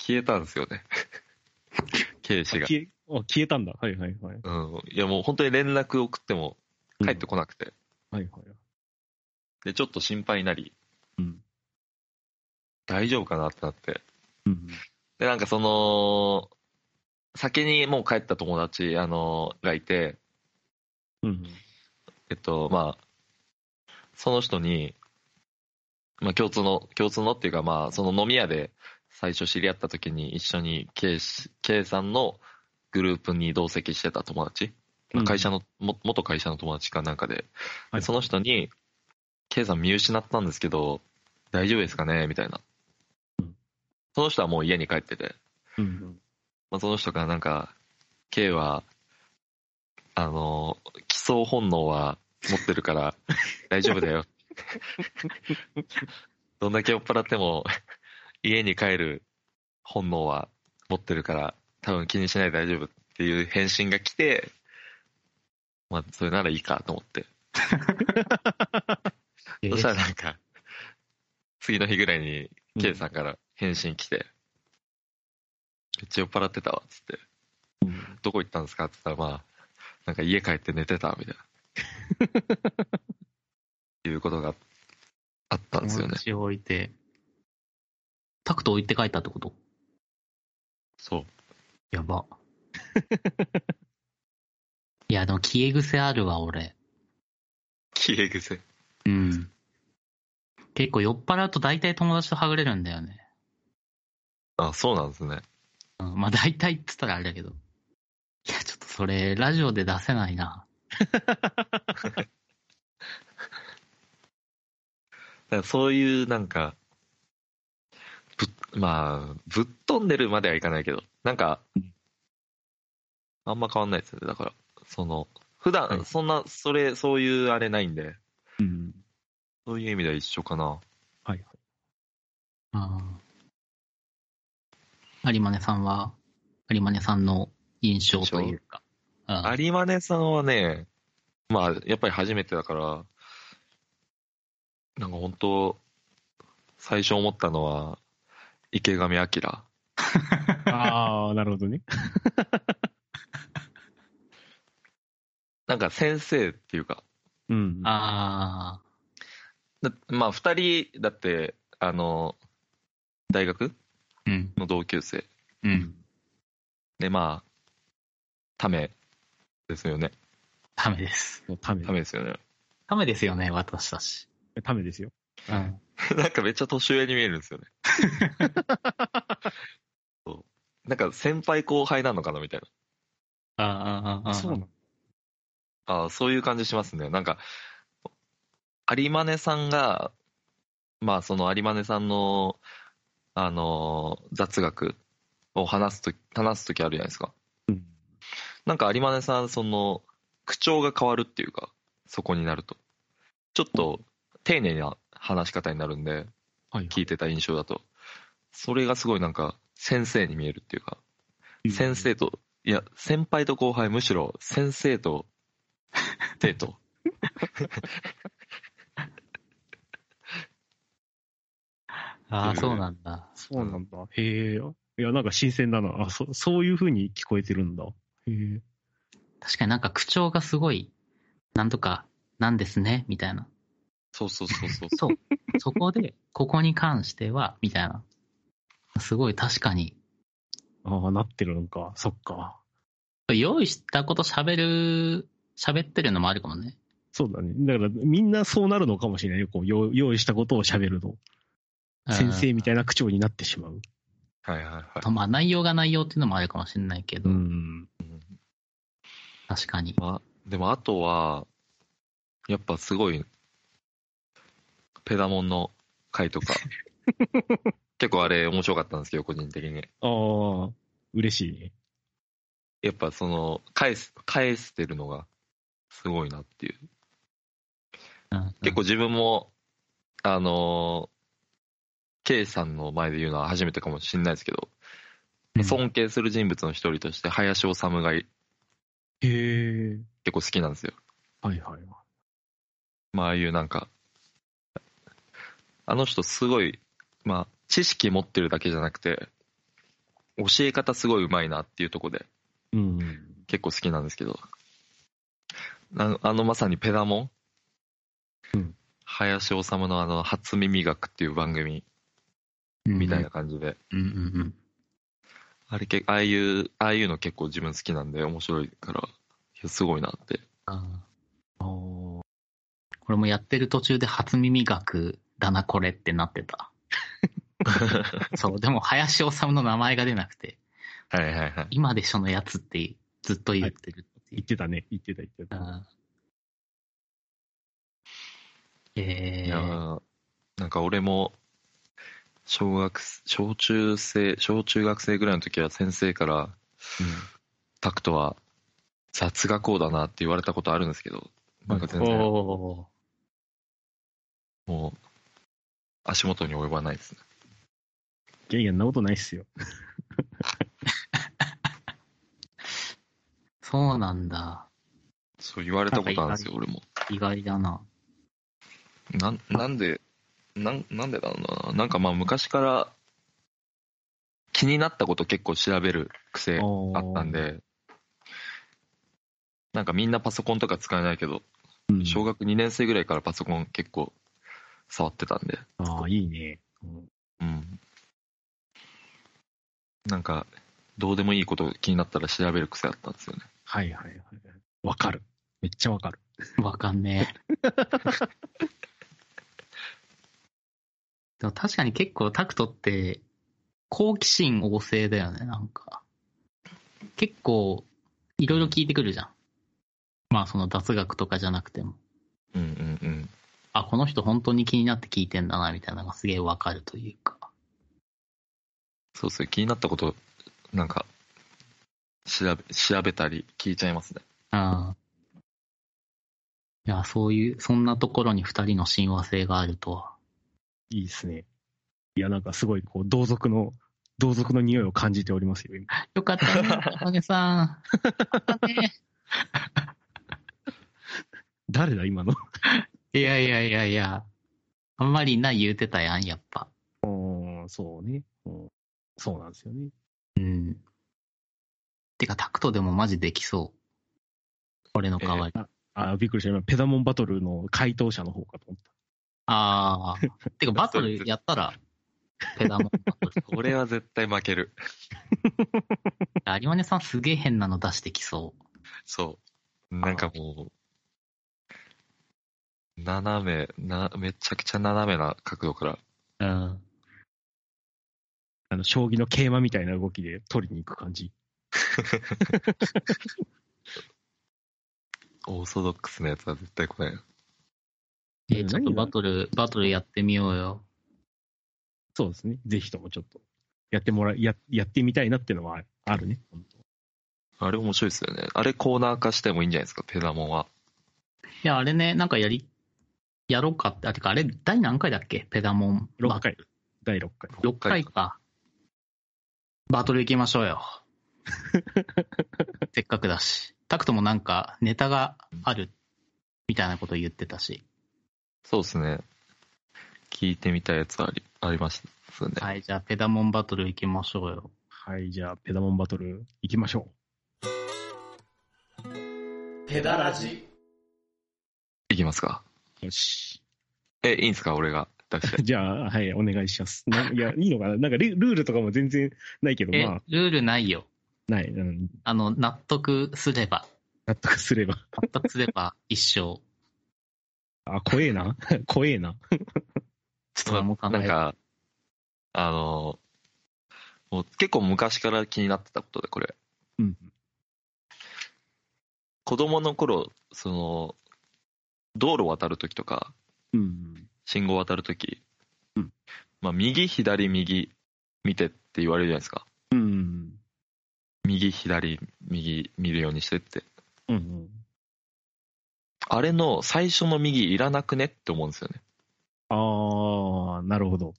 S4: 消えたんですよね。 [LAUGHS] 警視
S2: あ
S4: が。
S2: 消え、あ、消えたんだ。はいはいはい。
S4: うん。いやもう本当に連絡送っても帰ってこなくて、
S2: はいはい。
S4: で、ちょっと心配になり、
S2: うん。
S4: 大丈夫かなってなって。
S2: うん。
S4: で、なんかその、先にもう帰った友達、あの、がいて、
S2: うん。
S4: えっと、まあ、その人に、まあ、共通の、共通のっていうか、まあ、その飲み屋で最初知り合った時に一緒に K, K さんのグループに同席してた友達、まあ、会社の、も元会社の友達かなんかで、
S2: は
S4: で
S2: い
S4: その人に、K さん見失ったんですけど、大丈夫ですかねみたいな
S2: うん。
S4: その人はもう家に帰ってて、
S2: うんうん。
S4: まあ、その人からなんか、K は、あの、基礎本能は持ってるから、大丈夫だよ。どんだけ酔っ払っても、家に帰る本能は持ってるから、多分気にしないで大丈夫っていう返信が来て、まあ、それならいいかと思って。そしたらなんか、次の日ぐらいに K さんから返信来て、めっちゃ酔っ払ってたわ、つって。
S2: うん
S4: どこ行ったんですかって言ったら、まあ、なんか家帰って寝てた、みたいな。いうことがあったんですよね。
S3: を置いて、タクト置いて帰ったってこと
S4: そう。
S3: や [LAUGHS] ば。いや、でも消え癖あるわ、俺。
S4: 消え癖。
S3: うん。結構酔っ払うと大体友達とはぐれるんだよね。
S4: あ、そうなんですね。
S3: うん、まあ大体って言ったらあれだけど。いや、ちょっとそれ、ラジオで出せないな。
S4: だからそういう、なんか、ぶまあ、ぶっ飛んでるまではいかないけど、なんか
S2: うん、
S4: あんま変わんないですよね。だから、その、普段、そんな、それ、そういうあれないんで、
S2: うん。
S4: そういう意味では一緒かな。
S2: はいはい。
S3: うん。有馬根さんは、有馬根さんの印象というか。うん
S4: 有馬根さんはね、まあ、やっぱり初めてだから、なんか本当、最初思ったのは、池上彰。
S2: ああ、なるほどね。
S4: なんか先生っていうか、
S2: うん。
S3: あ
S4: だまあ、二人、だって、あの、大学
S3: あ。うん。
S4: の同級生。
S3: うん。
S4: で、まあ、ためですよね。
S3: ダメです。
S2: もうため
S4: た。めですよね。 [LAUGHS]
S3: ダメですよね、私たち。
S2: ためですよ。
S3: うん。
S4: なんかめっちゃ年上に見えるんですよね。そうなんか先輩後輩なのかなみたいな。
S3: ああ、ああ、ああ。
S2: そうなの
S4: ああ、そういう感じしますね。なんか、有馬根さんが、まあ、その有馬根さんの、あのー雑学を話すとき、話すときあるじゃないですか。
S2: うん。
S4: なんか有馬根さん、その、口調が変わるっていうか、そこになると。ちょっと、丁寧な話し方になるんで、
S2: はいはい。
S4: 聞いてた印象だと。それがすごいなんか、先生に見えるっていうか、
S2: うん
S4: 先。生と、いや、先輩と後輩、むしろ、先生 [LAUGHS] と、生徒。
S3: ああ、そうなんだ。
S2: そうなんだ。へえ。いや、なんか新鮮だな。あ、そ、そういう風に聞こえてるんだ。へえ。
S3: 確かになんか口調がすごい、なんとか、なんですね、みたいな。
S4: そうそうそうそう。
S3: そう。そこで、ここに関しては、みたいな。すごい、確かに。
S2: ああ、なってるのか。そっか。
S3: 用意したこと喋る、喋ってるのもあるかもね。
S2: そうだね。だから、みんなそうなるのかもしれないよ。こう、用用意したことを喋ると。先生み
S3: い
S2: たいな口調になってしまう。
S4: [LAUGHS] はいはいはい。
S3: まあ内容が内容っていうのもあるかもしれないけど、
S2: うん。
S3: 確かに。
S4: まあ、でもあとは、やっぱすごい、ペダモンの回 [LAUGHS] とか、結構あれ面白かったんですけど、個人的に。
S2: ああ、嬉しいね。
S4: やっぱその、返す、返してるのが、すごいなっていう。
S3: うん
S4: 結構自分も、あのー、K さんの前で言うのは初めてかもしれないですけど、
S3: うん
S4: 尊敬する人物の一人として、林修が結
S2: へえ。
S4: 構好きなんですよ。
S2: はいはい。
S4: まあ、ああいうなんか、あの人すごい、まあ、知識持ってるだけじゃなくて、教え方すごい上手いなっていうところで
S2: うん。
S4: 結構好きなんですけど、なあのまさにペダモン、
S2: うん
S4: 林修のあの、初耳学っていう番組みたいな。感じで、
S3: うんうん
S4: あれけ、ああいう、ああいうの結構自分好きなんで面白いから、いやすごいな [LAUGHS] って。
S3: うんうん。
S2: ああ。
S3: これもやってる途中で初耳学だな、これってなって
S4: [LAUGHS]
S3: た。そう、でも林修の名前が出なくて、
S4: はいはいはい。
S3: 今でしょのやつってずっと言ってるってい
S2: 言
S3: う
S2: ってたね。言ってた言って
S3: う
S2: た。
S3: んえ
S4: いや
S3: ー、
S4: ーなんか俺も小学小中生小中学生ぐらいの時は先生から「タクトは雑学校だな」って言われたことあるんですけどなんか全然
S3: お
S4: もう足元に及ばないですね
S2: いやいや、んなことないっすよ。
S3: ーそうなんだ。
S4: そう言われたことあるんですよ俺も
S3: 意外だな。
S4: なんなんでなんなんでなんだろうななんかまあ昔から気になったこと結構調べる癖あったんでなんかみんなパソコンとか使えないけど
S2: うん
S4: 小学2年生ぐらいからパソコン結構触ってたんで、
S2: ああ、いいね。うん
S4: うん。なんか、どうでもいいこと気になったら調べる癖あったんですよね。
S2: はいはいはい。わかる。めっちゃわかる。
S3: わかんねえ。でも確かに結構タクトって好奇心旺盛だよね、なんか。結構いろいろ聞いてくるじゃん。まあその脱学とかじゃなくても。
S4: うんうんうん。
S3: あ、この人本当に気になって聞いてんだな、みたいなのがすげえわかるというか。
S4: そうっすね。気になったこと、なんか、調べ、調べたり聞いちゃいますね。
S3: うん。いや、そういう、そんなところに二人の親和性があるとは。
S2: いいっすね。いや、なんかすごい、こう、同族の、同族の匂いを感じておりますよ、今。
S3: よかったね、おかげさん。よかったね
S2: 誰だ、今の。 [LAUGHS]
S3: いやいやいやいや。あんまりな言うてたやん、やっぱ。
S2: うん、そうね。うんそうなんですよね。
S3: うん。てか、タクトでもマジできそう。俺の代わり。
S2: あーびっくりした。今、ペダモンバトルの回答者の方かと思っ
S3: ああ。てか、バトルやったら、ペダモンバト [LAUGHS] ル。
S4: 俺は絶対負ける。
S3: 有馬根さんすげえ変なの出してきそう。
S4: [LAUGHS] そう。なんかもう、斜め、な、めちゃくちゃ斜めな角度から、
S3: うん。
S2: た。あの、将棋の桂馬みたいな動きで取りに行く感じ。
S4: オーソドックスなやつは絶対来ない。
S3: えーちょっとバトル、バトルやってみようよ。
S2: そうですね。ぜひともちょっと、やってもらい、や、やってみたいなっていうのはあるね。
S4: あれ面白いですよね。あれコーナー化してもいいんじゃないですか、ペダモンは。
S3: いや、あれね、なんかやり、やろうかって、あ、てか、あれ、第何回だっけペダモン。
S2: 6回。第6回。
S3: 6回か。バトル行きましょう [LAUGHS] よ。せっかくだし。タクトもなんかネタがあるみたいなこと言ってたし。
S4: そうですね。聞いてみたいやつあり、ありましたね。
S3: はい、じゃあペダモンバトル行きましょうよ。
S2: はい、じゃあ、ペダモンバトル行きましょ
S1: ペダラジ
S4: い、きますか。
S2: う。よし。。
S4: え、いいんすか俺が出して
S2: じゃあ、はい、お願いします。ない
S3: [LAUGHS]
S2: や、いいのかななんかル、ルールとかも全然ないけど、
S3: え
S2: まあ、、
S3: ルールないよ。
S2: ない、うん、
S3: あの、納得すれば、
S2: 納得すれば。
S3: 納得すれば一生。
S2: あ、怖えな。 [LAUGHS] 怖えな。
S3: ちょっともう考
S4: なん
S3: え
S4: か、あの、もう結構昔から気になってたことで、これ。
S2: うん。
S4: 子供の頃、その、道路渡るときとか、
S2: うん。
S4: 信号渡るとき、
S2: うん
S4: まあ、右、左、右、見てって言われるじゃないですか。
S2: うん。
S4: 右、左、右、見るようにしてって。
S2: うん。
S4: あれの最初の右いらなくねって思うんですよね。
S2: ああ、なるほど。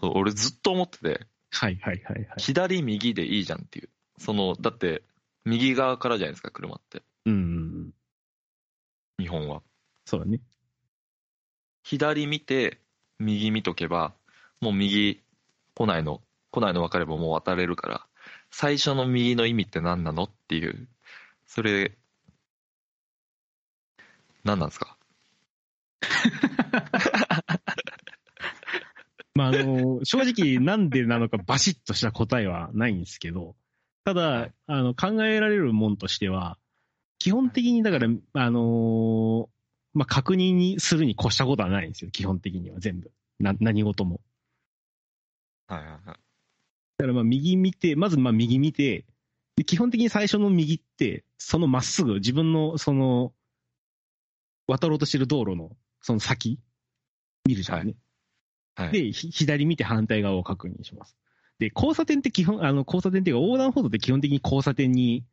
S4: そう、俺ずっと思ってて、
S2: はいはいはいはい。
S4: 左、右でいいじゃんっていう。その、だって、右側からじゃないですか、車って。
S2: うん。
S4: 日本は。
S2: そうだね。
S4: 左見て、右見とけば、もう右、来ないの、来ないの分かればもう渡れるから、最初の右の意味って何なのっていう、それ、何なんですか
S2: まあ、あ [LAUGHS] の、正直なんでなのかバシッとした答えはないんですけど、ただ、あの、考えられるもんとしては、基本的にだから、あのーまあ、確認にするに越したことはないんですよ、基本的には全部。な、何事も。
S4: はいはいはい。
S2: だからまあ右見て、まずまあ右見て、で基本的に最初の右って、そのまっすぐ、自分のその、渡ろうとしてる道路のその先、見るじゃんね。
S4: はいはい
S2: で、ひ左見て反対側を確認します。で、交差点って基本、あの交差点っていうか横断歩道って基本的に交差点に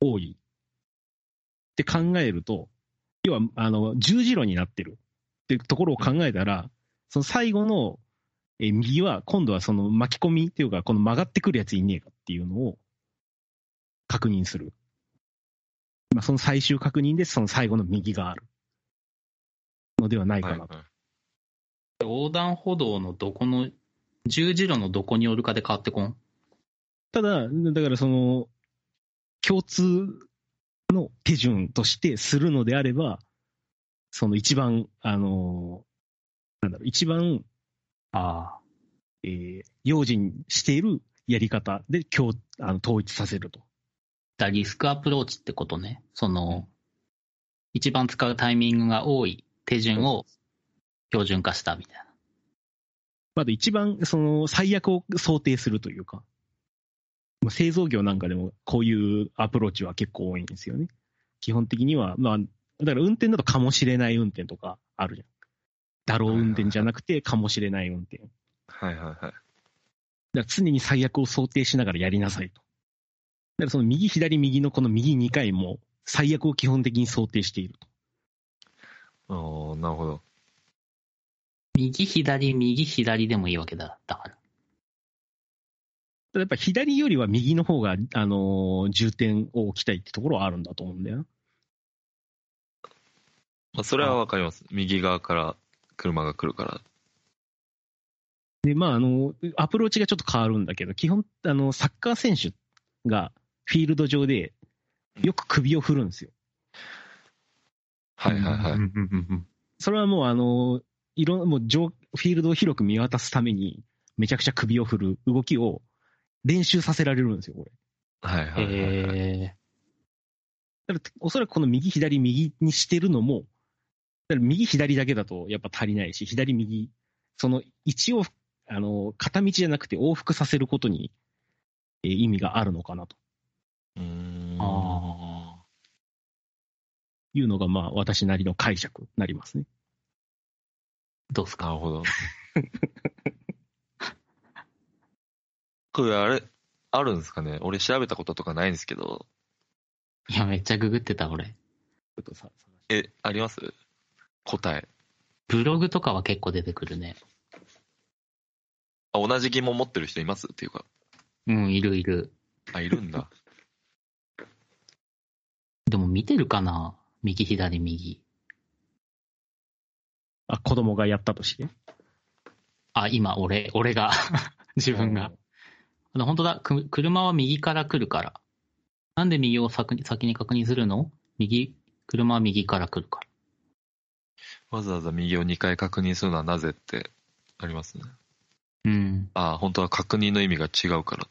S2: 多い。って考えると、要は、あの、十字路になってるっていうところを考えたら、その最後のえー右は今度はその巻き込みっていうか、この曲がってくるやついねえかっていうのを確認する。まあ、その最終確認で、その最後の右があるのではないかなと。
S4: はいはい
S3: 横断歩道のどこの、十字路のどこに寄るかで変わってこん。
S2: ただ、だからその、共通の手順としてするのであれば、その一番、あのーなんだろう、一番、
S3: ああ。
S2: えー用心しているやり方で共あの統一させると。
S3: だリスクアプローチってことね。その、一番使うタイミングが多い手順を標準化したみたいな。
S2: まだ一番その最悪を想定するというか、まあ製造業なんかでもこういうアプローチは結構多いんですよね。基本的には、まあ、だから運転だとかもしれない運転とかあるじゃん。だろう運転じゃなくてかもしれない運転。だか
S4: はいはいはい。
S2: ら常に最悪を想定しながらやりなさいと。だからその右、左、右のこの右2回も最悪を基本的に想定していると。
S4: おーなるほど。
S3: 右左、右左でもいいわけだ。だから。
S2: ただやっぱ左よりは右の方が、あのー重点を置きたいってところはあるんだと思うんだよな。
S4: まあ、それはわかります。右側から車が来るから。
S2: で、まあ、あの、アプローチがちょっと変わるんだけど、基本、あの、サッカー選手がフィールド上でよく首を振るんですよ。
S4: はいはいはい。
S2: それはもう、あの、いろんもう上、フィールドを広く見渡すために、めちゃくちゃ首を振る動きを練習させられるんですよ、これ。
S4: はいはいはいはい。
S3: へえ。
S2: だから、おそらくこの右、左、右にしてるのも、だから右、左だけだとやっぱ足りないし、左、右、その一応、あの、片道じゃなくて往復させることに、えー意味があるのかなと。
S4: うーん
S3: あ
S2: いうのが、まあ、私なりの解釈になりますね。
S3: どうっす
S4: な
S3: か
S4: るほど。これあれ、あるんですかね俺調べたこととかないんですけど。
S3: いや、めっちゃググってた、俺。
S2: ちょっとさ、探して
S4: え、あります答え。
S3: ブログとかは結構出てくるね。
S4: あ、同じ疑問持ってる人いますっていうか。
S3: うん、いるいる。
S4: あ、いるんだ。
S3: でも見てるかな右左右。
S2: あ、子供がやったとして。
S3: あ、今、俺、俺が、 [LAUGHS] 自分が。あの本当だ、く車は右から来るから。なんで右を先に先に確認するの右、車は右から来るから。
S4: わざわざ右を2回確認するのはなぜってありますね。
S3: うん。
S4: あ、本当は確認の意味が違うから。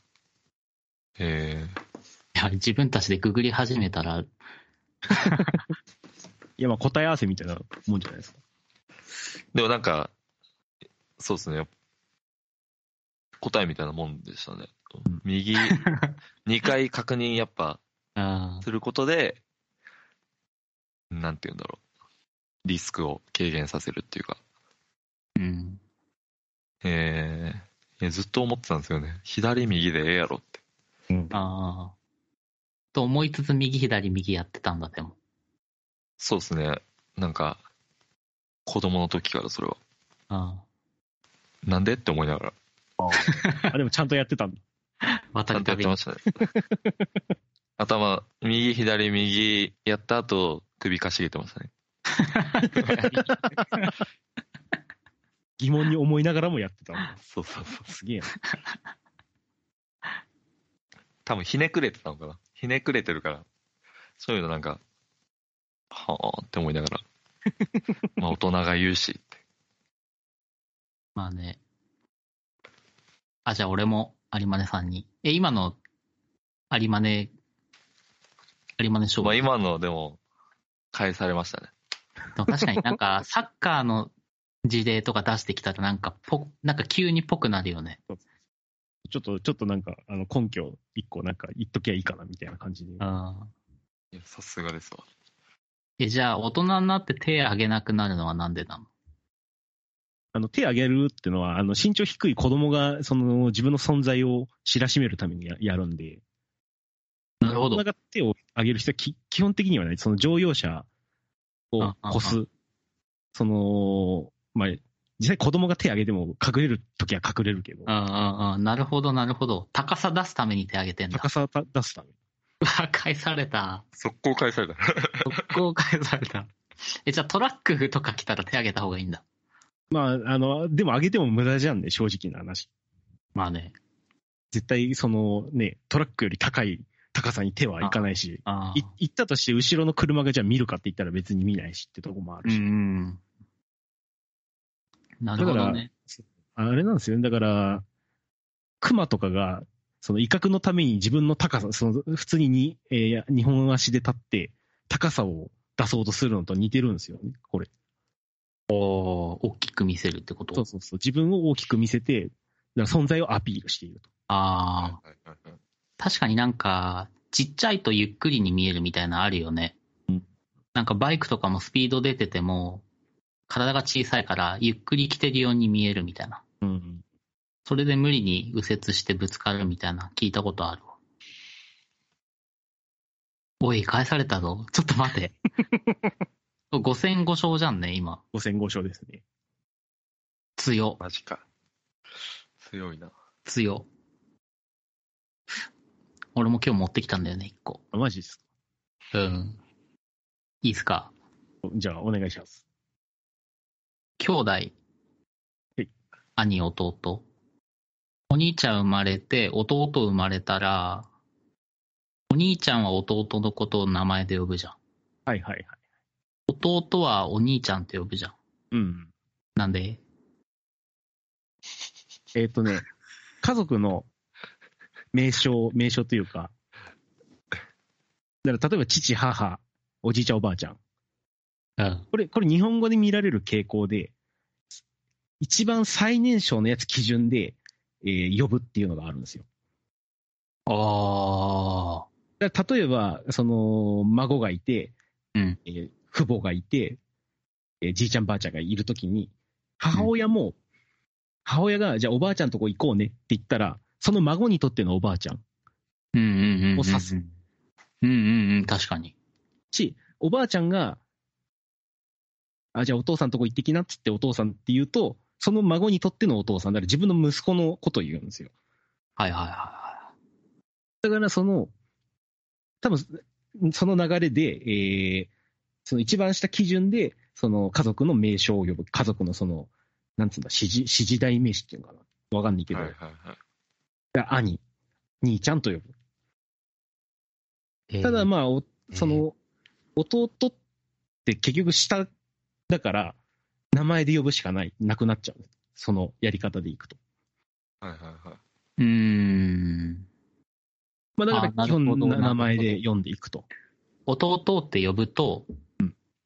S4: え
S3: いや、自分たちでググり始めたら、
S2: いや、まあ、答え合わせみたいなもんじゃない
S3: [LAUGHS]
S2: ですか。
S4: ー、でもなんか、そうですね。答えみたいなもんでしたね。右、2回確認やっぱ
S3: あ
S4: することで、なんて言うんだろう。リスクを軽減させるっていうか。
S3: ーうん。
S4: えー、いやずっと思ってたんですよね。左右でええやろって。
S3: ああ。と思いつつ右左右やってたんだ、でも。
S4: そうですね。なんか、子供の時からそれは。
S3: あ
S4: なんでって思いながら。
S2: あ、でもちゃんとやってたんだ。
S3: あ。渡
S4: ちゃ
S3: り
S4: んとやっ
S3: 旅
S4: てましたね。頭、右、左、右、やった後、首かしげてましたね。
S2: 疑問に思いながらもやってたんだ。
S4: そうそうそう。
S2: すげえな。
S4: 多分ひねくれてたのかな。ひねくれてるから。そういうのなんか、はあって思いな [LAUGHS] がら。まあ大人が言うしって。
S3: [LAUGHS] まあね。あ、じゃあ俺も有馬根さんに。え、今の有馬根、有馬根勝
S4: まあ
S3: 負。
S4: 今のでも、返されましたね。
S3: でも確かになんかサッカーの事例とか出してきたらなんかぽ、なんか急にぽくなるよね。
S2: ちょっと、ちょっとなんか、あの、根拠一個なんか言っときゃいいかなみたいな感じで。
S3: うん。
S4: いや、さすがですわ。
S3: え、じゃあ大人になって手挙げなくなるのはなんでなの
S2: あの、手挙げるっていうのは、あの、身長低い子供が、その、自分の存在を知らしめるためにややるんで、
S3: なるほど
S2: 大人。が手を挙げる人はき基本的にはね、その乗用車を越
S3: う
S2: す、その、まあ、実際子供が手挙げても隠れるときは隠れるけど
S3: う、んうんうん。なるほど、なるほど。高さ出すために手挙げてんだ [LAUGHS]
S2: 高。さをた出すため。
S3: うわ、返された。
S4: 速攻返された。
S3: 速攻返された。え、じゃあトラックとか来たら手挙げた方がいいんだ。
S2: まあ、あの、でも挙げても無駄じゃんね、正直な話。
S3: まあね。
S2: 絶対、そのね、トラックより高い高さに手はいかないし、
S3: あ
S2: い行ったとして後ろの車がじゃあ見るかって言ったら別に見ないしってとこもあ
S3: う
S2: るし。
S3: ん。なるほどね。
S2: あれなんですよね。だから、熊とかが、その威嚇のために自分の高さ、その普通にに、えー日本足で立って、高さを出そうとするのと似てるんですよね、これ。
S3: おー大きく見せるってこと
S2: そうそうそう。自分を大きく見せて、だから存在をアピールしていると。
S3: ああ。確かになんか、ちっちゃいとゆっくりに見えるみたいなのあるよね。なんかバイクとかもスピード出てても、体が小さいからゆっくり来てるように見えるみたいな。
S2: うん。
S3: それで無理に右折してぶつかるみたいな聞いたことあるわ。おい、返されたぞ。ちょっと待て。5戦5勝じゃんね、今。
S2: 5戦5勝ですね。
S3: 強、
S4: マジか。強いな。
S3: 強。俺も今日持ってきたんだよね、1個。
S2: あマジですか。
S3: うん。いいっすか。
S2: じゃあ、お願いします。
S3: 兄弟
S2: はい、
S3: 兄、弟。お兄ちゃん生まれて、弟生まれたら、お兄ちゃんは弟のことを名前で呼ぶじゃん。
S2: はいはいはい。
S3: 弟はお兄ちゃんって呼ぶじゃん。
S2: うん。
S3: なんで
S2: えっ、とね、家族の名称、名称というか、だから例えば父、母、おじいちゃん、おばあちゃん。
S3: うん。
S2: これ、これ日本語で見られる傾向で、一番最年少のやつ基準で、えー呼ぶっていうのがあるんですよ。
S3: ああ。
S2: だから例えば、その、孫がいて、
S3: うん
S2: えー父母がいて、えーじいちゃんばあちゃんがいるときに、母親も、母親が、じゃあおばあちゃんとこ行こうねって言ったら、その孫にとってのおばあちゃん
S3: うんうんうんうん。
S2: を指す
S3: うんうんうん、確かに。
S2: し、おばあちゃんが、あ、じゃあお父さんとこ行ってきなっつってお父さんって言うと、その孫にとってのお父さんだから自分の息子のことを言うんですよ。
S3: はいはいはいは
S2: だからその、多分その流れで、えーその一番下基準で、その家族の名称を呼ぶ、家族のその、なんつうんだ、指示、指示代名詞っていうのかな。わかんないけど、
S4: はいはいはい。
S2: 兄、兄ちゃんと呼ぶ。
S3: い。
S2: ただ
S3: ま
S2: まあ、おそ
S3: え
S2: の、弟って結局下だから、名前で呼ぶしかない、なくなっちゃう。そのやり方でいくと。
S4: はいはいはい。
S3: うーん。
S2: まあだか
S3: あな
S2: ら
S3: る
S2: 基本
S3: ほど
S2: な名前
S3: な
S2: で
S3: る
S2: 呼んでいくと。
S3: 弟って呼ぶと、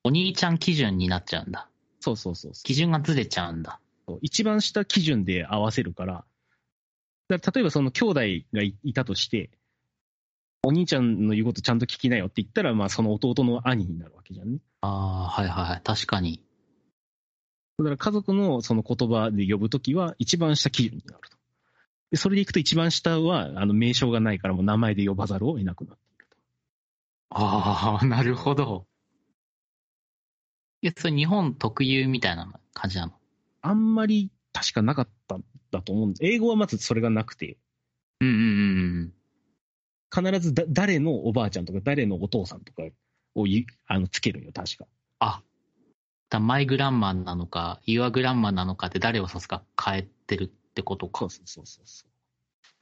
S3: お兄ちゃん基準になっちゃうんだ。
S2: そうそうそうそ
S3: 基準がずれちゃうんだ。
S2: う。一番下基準で合わせるから、だから例えばその兄弟がいいたとして、お兄ちゃんの言うことちゃんと聞きなよって言ったら、まあその弟の兄になるわけじゃんね。
S3: ああ、はいはいはい。確かに。
S2: だから家族のその言葉で呼ぶときは、一番下基準になると。で、それでいくと一番下は、あの、名称がないからもう名前で呼ばざるを得なくなっていると。
S3: ああ、なるほど。え、それ日本特有みたいな感じなの
S2: あんまり確かなかったんだと思うんです。英語はまずそれがなくて、
S3: うんうんうんうん。
S2: 必ずだ誰のおばあちゃんとか誰のお父さんとかをいあのつけるよ、確か。
S3: あ、だマイグランマンなのか、ユアグランマンなのかって誰を指すか変えてるってことか。
S2: そうそうそうそう。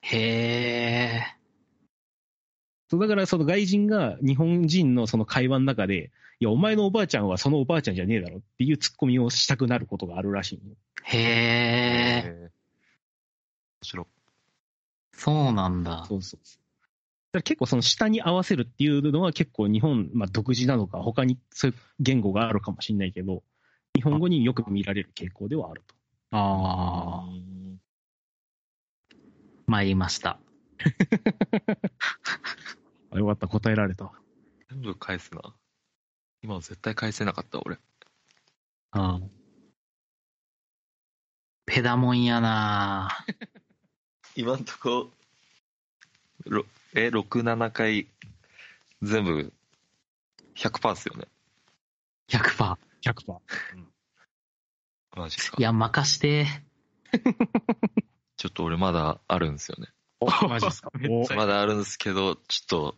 S3: へえ。
S2: そうだからその外人が日本人のその会話の中で、いや、お前のおばあちゃんはそのおばあちゃんじゃねえだろっていうツッコミをしたくなることがあるらしいの
S3: へ
S4: え
S3: え。
S4: 面白い。
S3: そうなんだ。
S2: そうそうそう。だから結構その下に合わせるっていうのは結構日本、まあ、独自なのか、他にそういう言語があるかもしれないけど、日本語によく見られる傾向ではあると。
S3: ああ、参りました。
S2: あよかった、答えられた。
S4: 全部返すな。今は絶対返せなかった、俺。
S3: うん。ペダモンやなぁ
S4: 今んとこ、ろえ、6、7回、全部、100%っすよね。
S3: 100%。
S2: 100%。
S4: マジか
S3: い。や、任して。
S4: ちょっと俺まだあるんですよね。
S2: お、マジですか。お
S4: まだあるんですけど、ちょっと、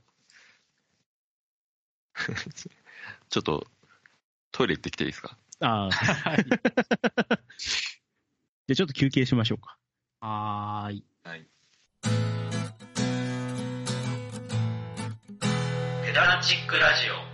S4: [LAUGHS] ちょっと、トイレ行ってきていいですか
S2: ああ。 [LAUGHS] じゃあちょっと休憩しましょうか。
S3: はーい。
S1: ペダラチックラジオ